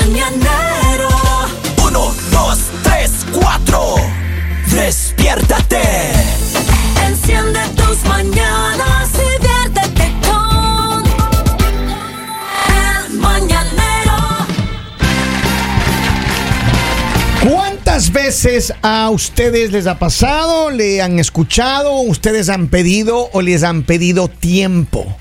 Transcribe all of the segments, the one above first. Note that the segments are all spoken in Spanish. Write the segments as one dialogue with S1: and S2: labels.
S1: mañanero. Uno, dos, tres, cuatro. Despiértate. Enciende tus mañanas y viértete con el mañanero.
S2: ¿Cuántas veces a ustedes les ha pasado, le han escuchado, ustedes han pedido o les han pedido tiempo?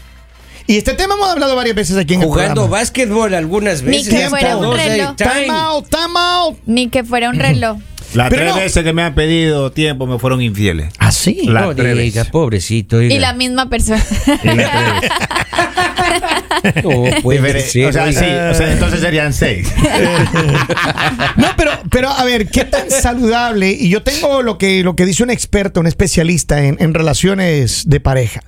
S2: Y este tema hemos hablado varias veces aquí en
S3: Jugando
S2: el programa.
S3: básquetbol algunas
S4: Ni
S3: veces.
S4: que
S3: hasta
S4: fuera un
S3: dos de
S4: reloj.
S3: time.
S2: Time out, time out.
S4: Ni que fuera un reloj.
S5: Las
S2: Pero
S5: tres
S2: no.
S5: veces que me han pedido tiempo me fueron infieles.
S2: Así.
S5: La-
S3: No
S5: tres
S3: diga,
S5: veces.
S3: pobrecito.
S4: Y la
S3: oiga.
S4: misma persona.
S5: Y las tres veces.
S3: No puede
S5: Diferente.
S3: ser,
S5: o sea,
S3: oiga.
S5: sí, o sea, entonces serían seis.
S2: No, pero, pero a ver, ¿qué tan saludable? Y yo tengo lo que, lo que dice un experto, un especialista en, en relaciones de pareja.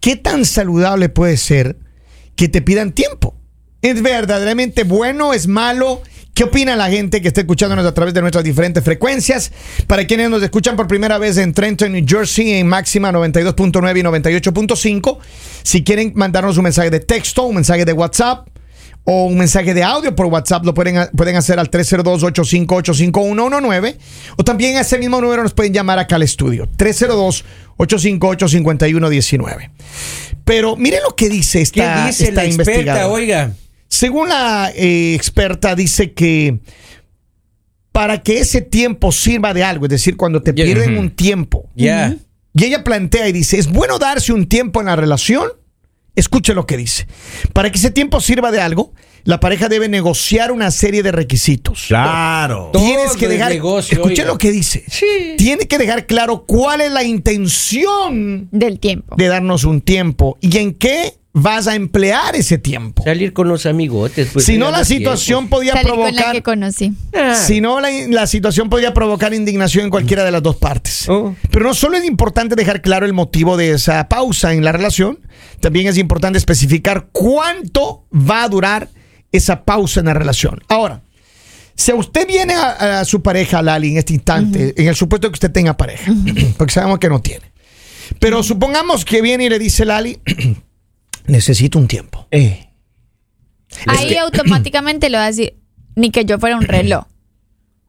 S2: ¿Qué tan saludable puede ser que te pidan tiempo? ¿Es verdaderamente bueno? ¿Es malo? ¿Qué opina la gente que está escuchándonos a través de nuestras diferentes frecuencias? Para quienes nos escuchan por primera vez en Trenton, New Jersey, en máxima 92.9 y 98.5, si quieren mandarnos un mensaje de texto, un mensaje de WhatsApp, o un mensaje de audio por WhatsApp, lo pueden, pueden hacer al 302-858-5119. O también a ese mismo número nos pueden llamar acá al estudio, 302-858-5119. Pero miren lo que dice
S3: ¿Qué
S2: esta,
S3: dice
S2: esta
S3: la
S2: investigadora.
S3: experta, oiga?
S2: Según la eh, experta, dice que para que ese tiempo sirva de algo, es decir, cuando te
S3: Ya.
S2: pierden
S5: Ujú.
S2: un tiempo,
S3: Ya.
S2: y ella plantea y dice, ¿es bueno darse un tiempo en la relación? Escuche lo que dice. Para que ese tiempo sirva de algo, la pareja debe negociar una serie de requisitos.
S5: Claro.
S3: Todo
S2: Tienes que
S3: el
S2: dejar.
S3: negocio,
S2: escuche
S3: oiga.
S2: lo que dice. Tiene que dejar claro cuál es la intención
S4: Del tiempo.
S2: de darnos un tiempo y en qué vas a emplear ese tiempo.
S3: Salir con los amigotes. pues,
S2: si no,
S3: oiga,
S2: la
S3: los
S2: situación podía
S4: Salí con la que
S2: provocar.
S4: conocí.
S3: tiempos. Ah,
S2: Si no, la, la situación podría provocar indignación en cualquiera de las dos partes.
S3: Oh.
S2: Pero no solo es importante dejar claro el motivo de esa pausa en la relación, también es importante especificar cuánto va a durar esa pausa en la relación. Ahora, si usted viene a, a su pareja, Lali, en este instante, en el supuesto que usted tenga pareja, porque sabemos que no tiene, pero supongamos que viene y le dice Lali, necesito un tiempo.
S4: Ahí automáticamente lo va a decir. Ni que yo fuera un reloj.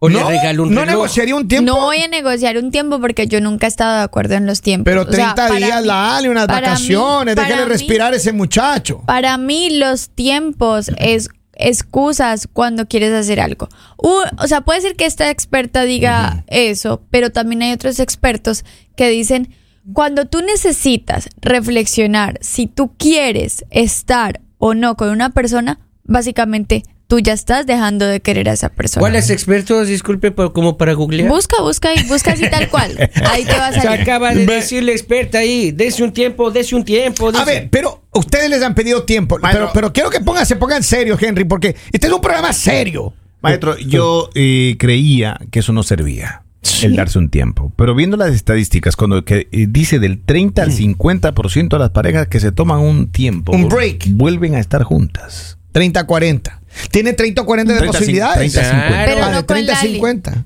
S3: O le regalo un
S2: no
S3: reloj.
S2: negociaría un tiempo.
S4: No voy a negociar un tiempo porque yo nunca he estado de acuerdo en los tiempos.
S2: Pero
S4: O sea,
S2: 30
S4: para
S2: días,
S4: mí-
S2: la Ale, unas
S4: para mí-
S2: vacaciones,
S4: para
S2: déjale
S4: mí-
S2: respirar ese muchacho.
S4: Para mí los tiempos es excusas cuando quieres hacer algo. U- o sea, puede ser que esta experta diga eso, pero también hay otros expertos que dicen, cuando tú necesitas reflexionar si tú quieres estar o no con una persona, básicamente tú ya estás dejando de querer a esa persona.
S3: ¿Cuáles expertos? Disculpe, pero como para googlear.
S4: Busca, busca y busca así tal cual. Ahí te va a
S3: Se
S4: salir.
S3: acaba de decir la experta ahí. Dese un tiempo, dese un tiempo.
S2: A
S3: dice.
S2: ver, pero ustedes les han pedido tiempo. Pero,
S5: Maestro-
S2: pero quiero que pongan, se pongan serio, Henry, porque este es un programa serio.
S5: Maestro, yo eh, creía que eso no servía, el darse un tiempo. Pero viendo las estadísticas, cuando que, eh, dice del 30 al 50% de las parejas que se toman un tiempo,
S2: Un break.
S5: vuelven a estar juntas.
S2: 30, 40. Tiene 30 o 40 de
S5: 30,
S2: posibilidades.
S5: 30, 50.
S3: Pero
S2: Ah, de
S4: no con
S2: 30
S4: Lali.
S2: 50.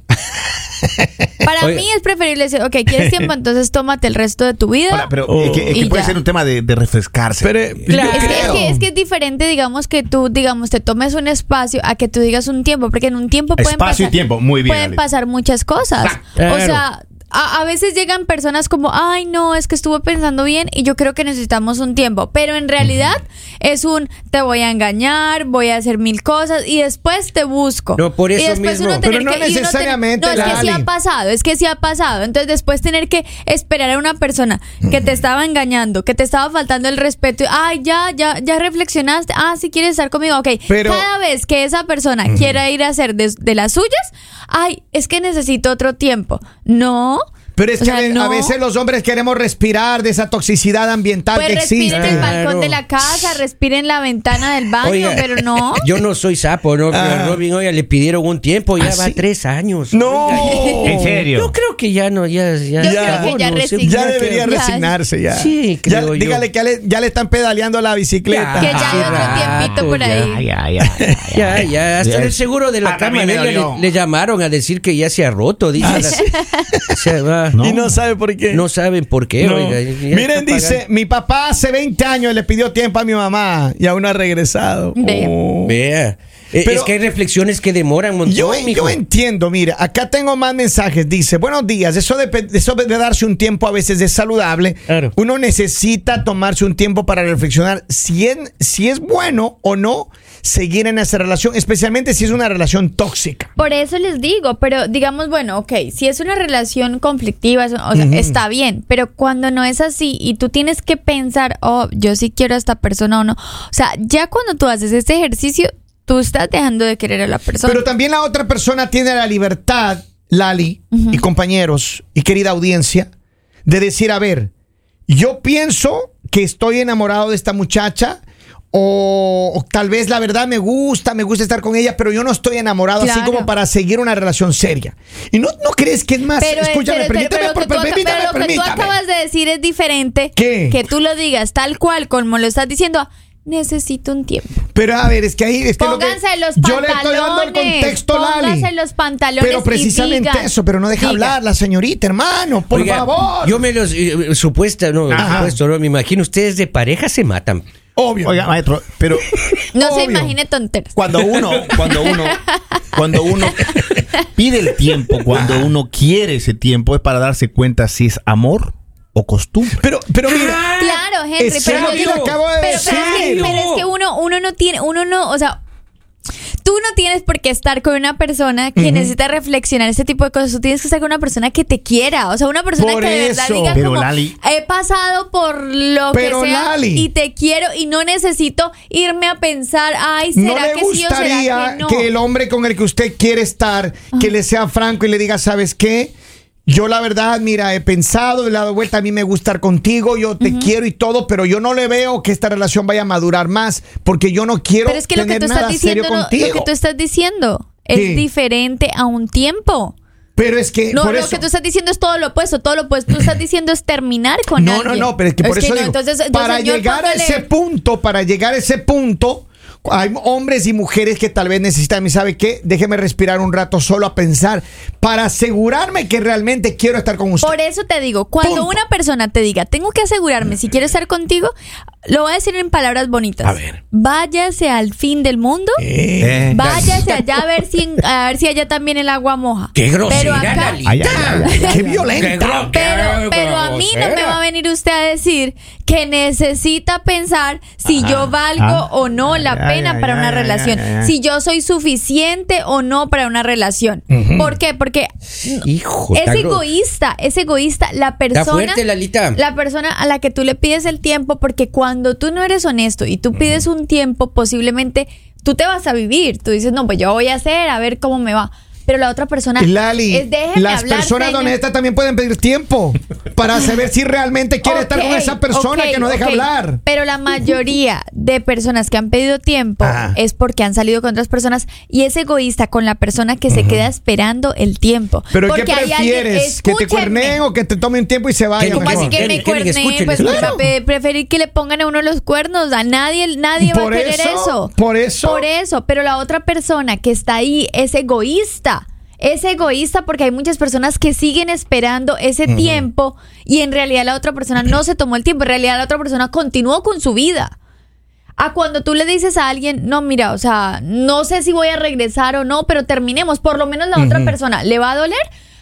S4: Para
S3: Oiga.
S4: mí es preferible decir, ok, quieres tiempo, entonces tómate el resto de tu vida.
S5: Ahora, pero es que, es que
S4: Y
S5: puede
S4: ya.
S5: ser un tema de, de refrescarse.
S3: Claro.
S4: Es que, es,
S2: Creo.
S4: que, es que es diferente, digamos, que tú, digamos, te tomes un espacio a que tú digas un tiempo, porque en un tiempo pueden
S5: Espacio y
S4: pasar,
S5: tiempo, muy bien,
S4: pueden
S5: Ale.
S4: pasar muchas cosas.
S3: Claro.
S4: O sea, a, a veces llegan personas como, ay, no, es que estuve pensando bien y yo creo que necesitamos un tiempo, pero en realidad es un, te voy a engañar, voy a hacer mil cosas y después te busco.
S3: No, por eso
S4: y después
S3: mismo.
S4: uno tener
S2: Pero no
S4: que- y uno tener-
S2: necesariamente,
S4: no, es que sí
S2: Lali.
S4: ha pasado, es que sí ha pasado. Entonces, después tener que esperar a una persona que te estaba engañando, que te estaba faltando el respeto, y, ay, ya, ya, ya reflexionaste, ah, si quieres estar conmigo, ok.
S2: Pero-
S4: Cada vez que esa persona quiera ir a hacer de, de las suyas, ay, es que necesito otro tiempo. No.
S2: Pero es
S4: O
S2: que
S4: sea,
S2: a ve- a
S4: no.
S2: veces los hombres queremos respirar de esa toxicidad ambiental
S4: Pues
S2: que
S4: respire en
S2: existe.
S4: el
S3: Claro.
S4: balcón de la casa, respire en la ventana del baño,
S3: Oiga,
S4: pero no.
S3: Yo no soy sapo, ¿no? Pero
S2: Ah.
S3: a Robin, oiga, le pidieron un tiempo, ya
S2: ¿Ah,
S3: va
S2: sí?
S3: tres años.
S2: No.
S3: Oiga,
S5: ¿En serio?
S3: Yo creo que ya no, ya. ya
S4: Yo
S3: se
S4: creo
S3: acabó,
S4: que ya
S3: no sé,
S4: resignó.
S2: Ya
S4: Ya
S2: debería
S4: creo.
S2: resignarse ya.
S3: Sí,
S2: Ya,
S3: creo yo.
S2: Dígale que ya le, ya le están pedaleando la bicicleta.
S4: que ya hay otro
S3: hace
S4: tiempito por
S3: rato,
S4: ahí.
S5: Ya, ya, ya,
S3: Ya, ya, hasta
S5: Ya.
S3: el seguro de la
S5: Hasta a mí
S3: cámara
S5: me
S3: ella
S5: dolió.
S3: le, le llamaron a decir que ya se ha roto, dice. la- se va Ah,
S5: No.
S2: Y no sabe por qué.
S3: No saben por qué,
S2: No.
S3: oiga, ya
S2: Miren,
S3: está
S2: dice,
S3: pagando.
S2: mi papá hace 20 años le pidió tiempo a mi mamá y aún no ha regresado.
S4: Ve.
S2: Oh.
S3: Vea. Eh,
S2: Pero-
S3: es que hay reflexiones que demoran un montón,
S2: Yo, yo
S3: mijo.
S2: entiendo, mira, acá tengo más mensajes. Dice, buenos días, eso de, pe- eso de darse un tiempo a veces es saludable.
S3: Claro.
S2: Uno necesita tomarse un tiempo para reflexionar si en- si es bueno o no seguir en esa relación, especialmente si es una relación tóxica.
S4: Por eso les digo, pero digamos, bueno, ok, si es una relación conflictiva, es- o sea, está bien, pero cuando no es así y tú tienes que pensar, oh, yo sí quiero a esta persona o no, o sea, ya cuando tú haces este ejercicio, tú estás dejando de querer a la persona.
S2: Pero también la otra persona tiene la libertad, Lali y compañeros y querida audiencia, de decir, a ver, yo pienso que estoy enamorado de esta muchacha. O, o tal vez la verdad me gusta, me gusta estar con ella, pero yo no estoy enamorado así
S4: Claro.
S2: como para seguir una relación seria. ¿Y no, no crees que es más?
S4: Pero- eh,
S2: escúchame,
S4: pero- pero-
S2: permítame,
S4: pero lo que
S2: per-
S4: tú aca-
S2: permítame,
S4: pero lo que tú
S2: permítame.
S4: acabas de decir es diferente
S2: ¿Qué?
S4: que tú lo digas tal cual como lo estás diciendo. "Ah, Necesito un tiempo.
S2: Pero a ver, es que ahí es que lo que-
S4: Pónganse los
S2: yo le
S4: pantalones.
S2: estoy dando el contexto, Lali.
S4: Pónganse los pantalones.
S2: Pero precisamente
S4: y digan,
S2: eso, pero no deja
S4: digan.
S2: hablar la señorita, hermano, por
S3: Oiga,
S2: favor.
S3: Yo me los. eh, eh, supuesta, no,
S2: Ajá.
S3: supuesto, no, me imagino. Ustedes de pareja se matan.
S2: Obvio.
S5: Oiga, maestro, pero
S4: No se
S5: Obvio.
S4: imagine tonteras.
S5: cuando uno, cuando uno, cuando uno pide el tiempo, cuando uno quiere ese tiempo, es para darse cuenta si es amor o costumbre.
S2: Pero, pero mira,
S4: Claro, Henry,
S2: es
S4: pero
S2: lo
S4: yo
S2: que
S4: digo-
S2: le acabo de
S4: pero, pero es que,
S2: decir.
S4: pero es que uno, uno no tiene, uno no, o sea, tú no tienes por qué estar con una persona que necesita reflexionar este tipo de cosas. Tú tienes que estar con una persona que te quiera, o sea, una persona
S2: Por
S4: que de verdad
S2: eso.
S4: diga
S5: Pero,
S4: como
S5: Lali-
S4: he pasado por lo
S2: Pero,
S4: que sea
S2: Lali-
S4: y te quiero y no necesito irme a pensar, ay,
S2: no
S4: será
S2: le
S4: que sí o será
S2: gustaría
S4: que no. Ah.
S2: que el hombre con el que usted quiere estar, que le sea franco y le diga, ¿sabes qué? Yo la verdad, mira, he pensado, he dado vuelta, a mí me gusta estar contigo, yo te quiero y todo, pero yo no le veo que esta relación vaya a madurar más, porque yo no quiero
S4: Pero es que lo que
S2: tener
S4: tú estás
S2: nada
S4: diciendo,
S2: serio
S4: no- lo que
S2: contigo.
S4: tú estás diciendo es
S2: Sí.
S4: diferente a un tiempo.
S2: Pero es que
S4: No,
S2: Eh, por
S4: lo
S2: eso
S4: que tú estás diciendo es todo lo opuesto, todo lo opuesto. Tú estás diciendo es terminar con
S2: no,
S4: alguien.
S2: No, no, pero es que por eso
S4: no,
S2: digo,
S4: entonces, entonces
S2: para
S4: yo
S2: llegar a
S4: cuando le-
S2: ese punto, para llegar a ese punto, hay hombres y mujeres que tal vez necesitan, ¿y sabe qué? Déjeme respirar un rato solo a pensar para asegurarme que realmente quiero estar con usted.
S4: Por eso te digo, cuando
S2: Punto.
S4: una persona te diga, tengo que asegurarme si quiero estar contigo, lo voy a decir en palabras bonitas.
S3: A ver.
S4: Váyase al fin del mundo.
S5: Eh,
S4: Váyase allá a ver si en- a ver si allá también el agua moja.
S3: ¡Qué
S4: Pero
S3: grosera,
S4: acá,
S3: Lali.
S5: ay, ay, ay, ay.
S2: ¡Qué violenta!
S3: gro- qué
S4: Pero, pero a mí no me
S3: grosera.
S4: va a venir usted a decir que necesita pensar si yo valgo
S5: ah.
S4: o no la
S5: Ay,
S4: pena
S5: ay,
S4: para
S5: ay,
S4: una
S5: ay,
S4: relación,
S5: ay, ay.
S4: si yo soy suficiente o no para una relación. ¿Por qué? Porque
S3: Hijo,
S4: es
S3: está gro-
S4: egoísta, es egoísta la persona.
S3: Pues Está fuerte, Lalita.
S4: La persona a la que tú le pides el tiempo, porque cuando tú no eres honesto y tú pides un tiempo, posiblemente tú te vas a vivir. Tú dices, no, pues yo voy a hacer, a ver cómo me va. Pero la otra persona
S2: Lali,
S4: es déjeme
S2: las
S4: hablar,
S2: personas
S4: señor".
S2: honestas también pueden pedir tiempo para saber si realmente quiere estar con
S4: Ok,
S2: esa persona
S4: ok,
S2: que no deja
S4: ok.
S2: hablar.
S4: Pero la mayoría de personas que han pedido tiempo
S2: Ajá.
S4: es porque han salido con otras personas y es egoísta con la persona que se queda esperando el tiempo.
S2: Pero ¿qué
S4: porque hay alguien-
S2: prefieres? ¿Que te
S4: Escúchenme.
S2: cuerneen o que te tome un tiempo y se vaya?
S4: Como
S3: Mejor.
S4: así que
S3: Quieren-
S4: me
S3: quieren que
S4: cuerneen,
S3: escuchen
S4: pues
S3: eso.
S4: me va a
S2: Claro.
S4: pe- preferir que le pongan a uno los cuernos. A nadie, nadie va a
S2: Por
S4: querer
S2: eso,
S4: eso.
S2: por eso.
S4: Por eso. Pero la otra persona que está ahí es egoísta. Es egoísta porque hay muchas personas que siguen esperando ese tiempo y en realidad la otra persona no se tomó el tiempo. En realidad la otra persona continuó con su vida. A cuando tú le dices a alguien, no, mira, o sea, no sé si voy a regresar o no, pero terminemos. Por lo menos la otra persona le va a doler,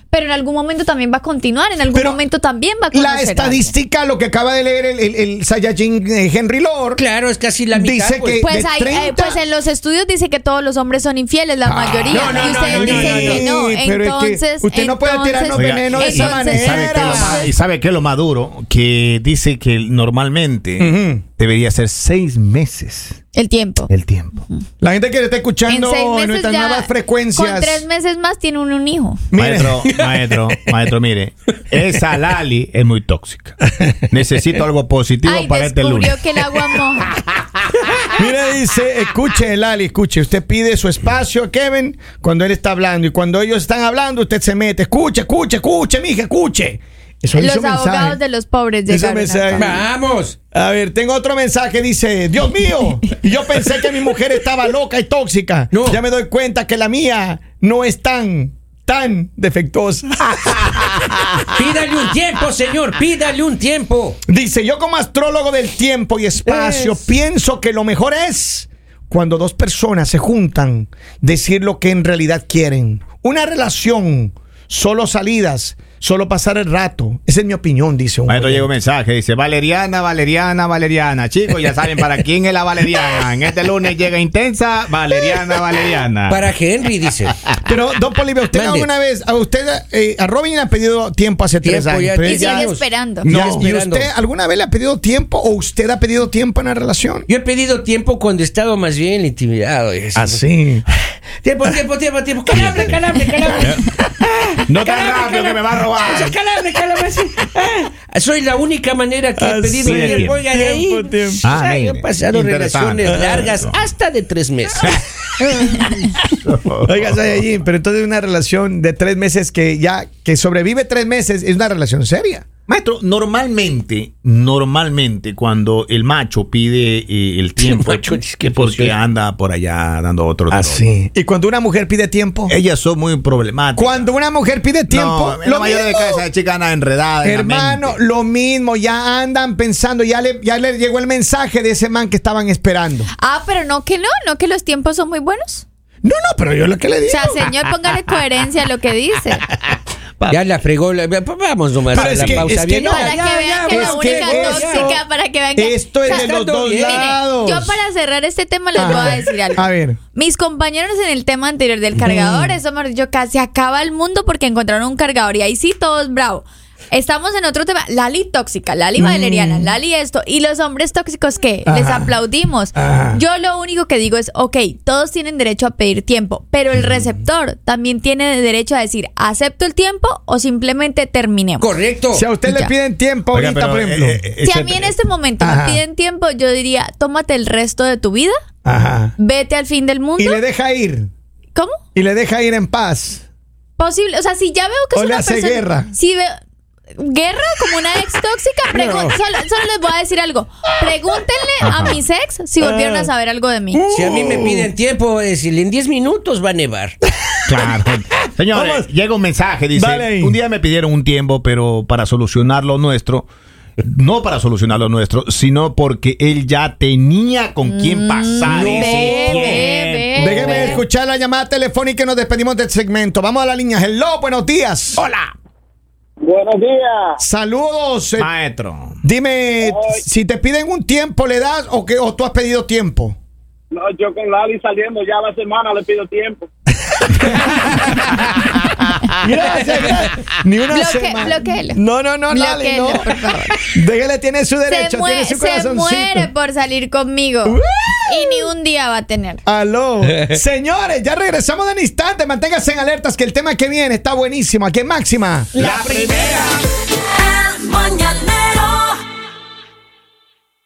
S4: pero en algún momento también va a continuar, en algún
S2: Pero
S4: momento también va a conocer a
S2: La
S4: alguien.
S2: estadística, lo que acaba de leer el, el, el Saiyajin, eh, Henry Lord,
S3: Claro, es casi la mitad.
S2: Dice
S3: pues.
S2: que-
S4: Pues,
S2: de
S4: hay- eh,
S2: 30.
S4: pues en los estudios dice que todos los hombres son infieles, la mayoría.
S3: no, no,
S4: y
S3: no,
S4: ustedes
S3: no, no,
S4: dicen
S3: no,
S4: que
S2: no.
S4: no.
S2: Sí, pero es que
S4: Entonces,
S2: usted no puede
S4: entonces-
S2: tirarnos veneno de esa
S5: y
S4: entonces-
S5: sabe que lo más- y sabe que es lo más duro, que dice que normalmente
S2: Ujú.
S5: debería ser seis meses
S4: El tiempo.
S5: el tiempo.
S2: la gente que le está
S4: En
S2: escuchando
S4: seis
S2: en
S4: meses
S2: nuestras
S4: ya,
S2: nuevas
S4: Con tres
S2: frecuencias.
S4: meses más tiene uno un hijo.
S2: Mire.
S5: Maestro, maestro, maestro, mire, esa Lali es muy tóxica. Necesito algo positivo
S4: Ay,
S5: para este
S4: descubrió
S5: lunes.
S4: que el agua moja.
S2: Mira, dice, escuche, Lali, escuche. Usted pide su espacio a Kevin cuando él está hablando. Y cuando ellos están hablando, usted se mete. Escuche, escuche, escuche, mija, escuche. Eso dice
S4: los
S2: un mensaje.
S4: abogados de los pobres
S2: Dice un
S4: llegaron acá.
S2: mensaje.
S3: Vamos.
S2: A ver, tengo otro mensaje, dice, Dios mío, yo pensé que mi mujer estaba loca y tóxica.
S3: No.
S2: Ya me doy cuenta que la mía no es tan tan defectuosa.
S3: Pídale un tiempo, señor, pídale un tiempo.
S2: Dice, yo como astrólogo del tiempo y espacio
S3: Es-
S2: pienso que lo mejor es cuando dos personas se juntan, decir lo que en realidad quieren. Una relación, solo salidas, solo pasar el rato. Esa es mi opinión, dice un
S5: Maestro
S2: oyente.
S5: llega un mensaje, dice Valeriana, Valeriana, Valeriana. Chicos, ya saben para quién es la Valeriana. En este lunes llega intensa, Valeriana, Valeriana.
S3: Para Henry, dice.
S2: Pero, don Polivio, usted
S3: Mande.
S2: alguna vez, a usted, eh, a Robin le ha pedido tiempo hace tres
S3: Tiempo
S2: años.
S3: ya
S2: pero
S4: Y
S2: él ya-
S4: sigue esperando.
S2: No,
S3: Ya
S2: ¿y
S3: esperando.
S2: usted alguna vez le ha pedido tiempo o usted ha pedido tiempo en la relación?
S3: Yo he pedido tiempo cuando he estado más bien intimidado. y así.
S2: Ah, Así.
S3: pues, Tiempo, tiempo, tiempo, tiempo. Calambre, calambre, calambre.
S5: No tan
S3: Calambre,
S5: rápido que me va a
S3: O sea,
S5: robar.
S3: calambre, calambre. así. Ah, soy la única manera que he
S5: Así
S3: pedido
S5: es.
S3: tiempo. Oiga, de ahí.
S2: Ah, Tiempo, tiempo.
S5: Ah,
S3: ay,
S5: mire.
S3: he pasado
S5: Interesante.
S3: relaciones
S2: Ah.
S3: largas hasta de tres meses.
S2: Oiga, soy allí, pero entonces una relación de tres meses que ya, que sobrevive tres meses, es una relación seria.
S5: Maestro, normalmente, normalmente cuando el macho pide eh, el tiempo,
S3: macho, es que
S5: porque anda por allá dando otro. otro.
S2: Y cuando una mujer pide tiempo.
S5: Ellas son muy problemáticas.
S2: Cuando una mujer pide tiempo,
S5: No, la mayoría de
S2: mismo.
S5: casas de chicas andan enredadas. en la
S2: Hermano,
S5: mente.
S2: lo mismo, ya andan pensando, ya le, ya le llegó el mensaje de ese man que estaban esperando.
S4: Ah, pero no que no, no que los tiempos son muy buenos.
S2: No, no, pero yo lo que le
S4: O
S2: digo.
S4: sea, señor, póngale coherencia a lo que dice.
S3: Ya la fregó. la- Vamos nomás
S2: Pero
S3: a
S2: es
S3: la
S2: que-
S3: pausa.
S2: es que
S3: bien.
S2: no,
S4: Para
S2: ya,
S4: que vean
S2: ya,
S4: que
S2: es
S4: la
S2: que
S4: única
S2: eso-
S4: tóxica, para que vean que.
S2: Esto es de los dos
S4: mire,
S2: lados.
S4: Yo para cerrar este tema les voy a decir algo.
S2: A ver.
S4: Mis compañeros en el tema anterior del cargador,
S2: Mm.
S4: eso me yo casi acaba el mundo porque encontraron un cargador y ahí sí todos bravo. Estamos en otro tema, Lali tóxica,
S2: Mm.
S4: Lali valeriana, Lali esto y los hombres tóxicos que les aplaudimos. Yo lo único que digo es, ok, todos tienen derecho a pedir tiempo, pero
S2: Mm.
S4: el receptor también tiene derecho a decir, acepto el tiempo o simplemente terminemos.
S3: Correcto.
S2: Si a usted le
S4: Ya.
S2: piden tiempo
S5: Oh, Oiga,
S2: ahorita,
S5: pero,
S2: por ejemplo.
S5: eh, eh,
S4: Si a
S5: ese-
S4: mí en este momento
S2: Ajá.
S4: me piden tiempo, yo diría, tómate el resto de tu vida,
S2: Ajá.
S4: vete al fin del mundo.
S2: Y le deja ir.
S4: ¿Cómo?
S2: Y le deja ir en paz.
S4: Posible, o sea, si ya veo que
S2: O
S4: es
S2: le
S4: una
S2: hace
S4: persona-
S2: guerra.
S4: Si veo guerra como una ex tóxica, pregun- solo, solo les voy a decir algo. Pregúntenle a mis ex si volvieron
S2: Eh,
S4: a saber algo de mí.
S3: Si a mí me piden tiempo, voy a decirle, en 10 minutos va a nevar.
S5: Claro. Señores,
S2: Vamos.
S5: llega un mensaje, dice,
S2: Dale ahí.
S5: un día me pidieron un tiempo, pero para solucionar lo nuestro, no para solucionar lo nuestro, sino porque él ya tenía con quién pasar
S4: Ve,
S5: ese
S4: ve,
S5: tiempo.
S4: ve,
S2: Déjeme
S4: ve.
S2: escuchar la llamada telefónica y nos despedimos del segmento. Vamos a la línea. Hello, buenos días.
S5: Hola,
S6: Buenos
S4: Ah.
S6: días.
S2: Saludos. eh,
S5: maestro.
S2: dime, si te piden un tiempo, ¿le das o, que, o tú has pedido tiempo?
S6: No, yo con Lali saliendo ya la semana le pido tiempo.
S4: Ah.
S2: Gracias, gracias. Ni una
S4: Bloque-
S2: semana.
S4: bloquéelo.
S2: No, no, no, Lali,
S4: Bloquéelo,
S2: no.
S4: por favor.
S2: Déjele, tiene su
S4: Se,
S2: derecho,
S4: mue-
S2: tiene su
S4: se
S2: corazoncito. Uh.
S4: muere por salir conmigo. Y ni un día va a tener.
S2: Aló. Señores, ya regresamos en instante. Manténganse en alertas que el tema que viene está buenísimo. Aquí en Máxima.
S1: La primera.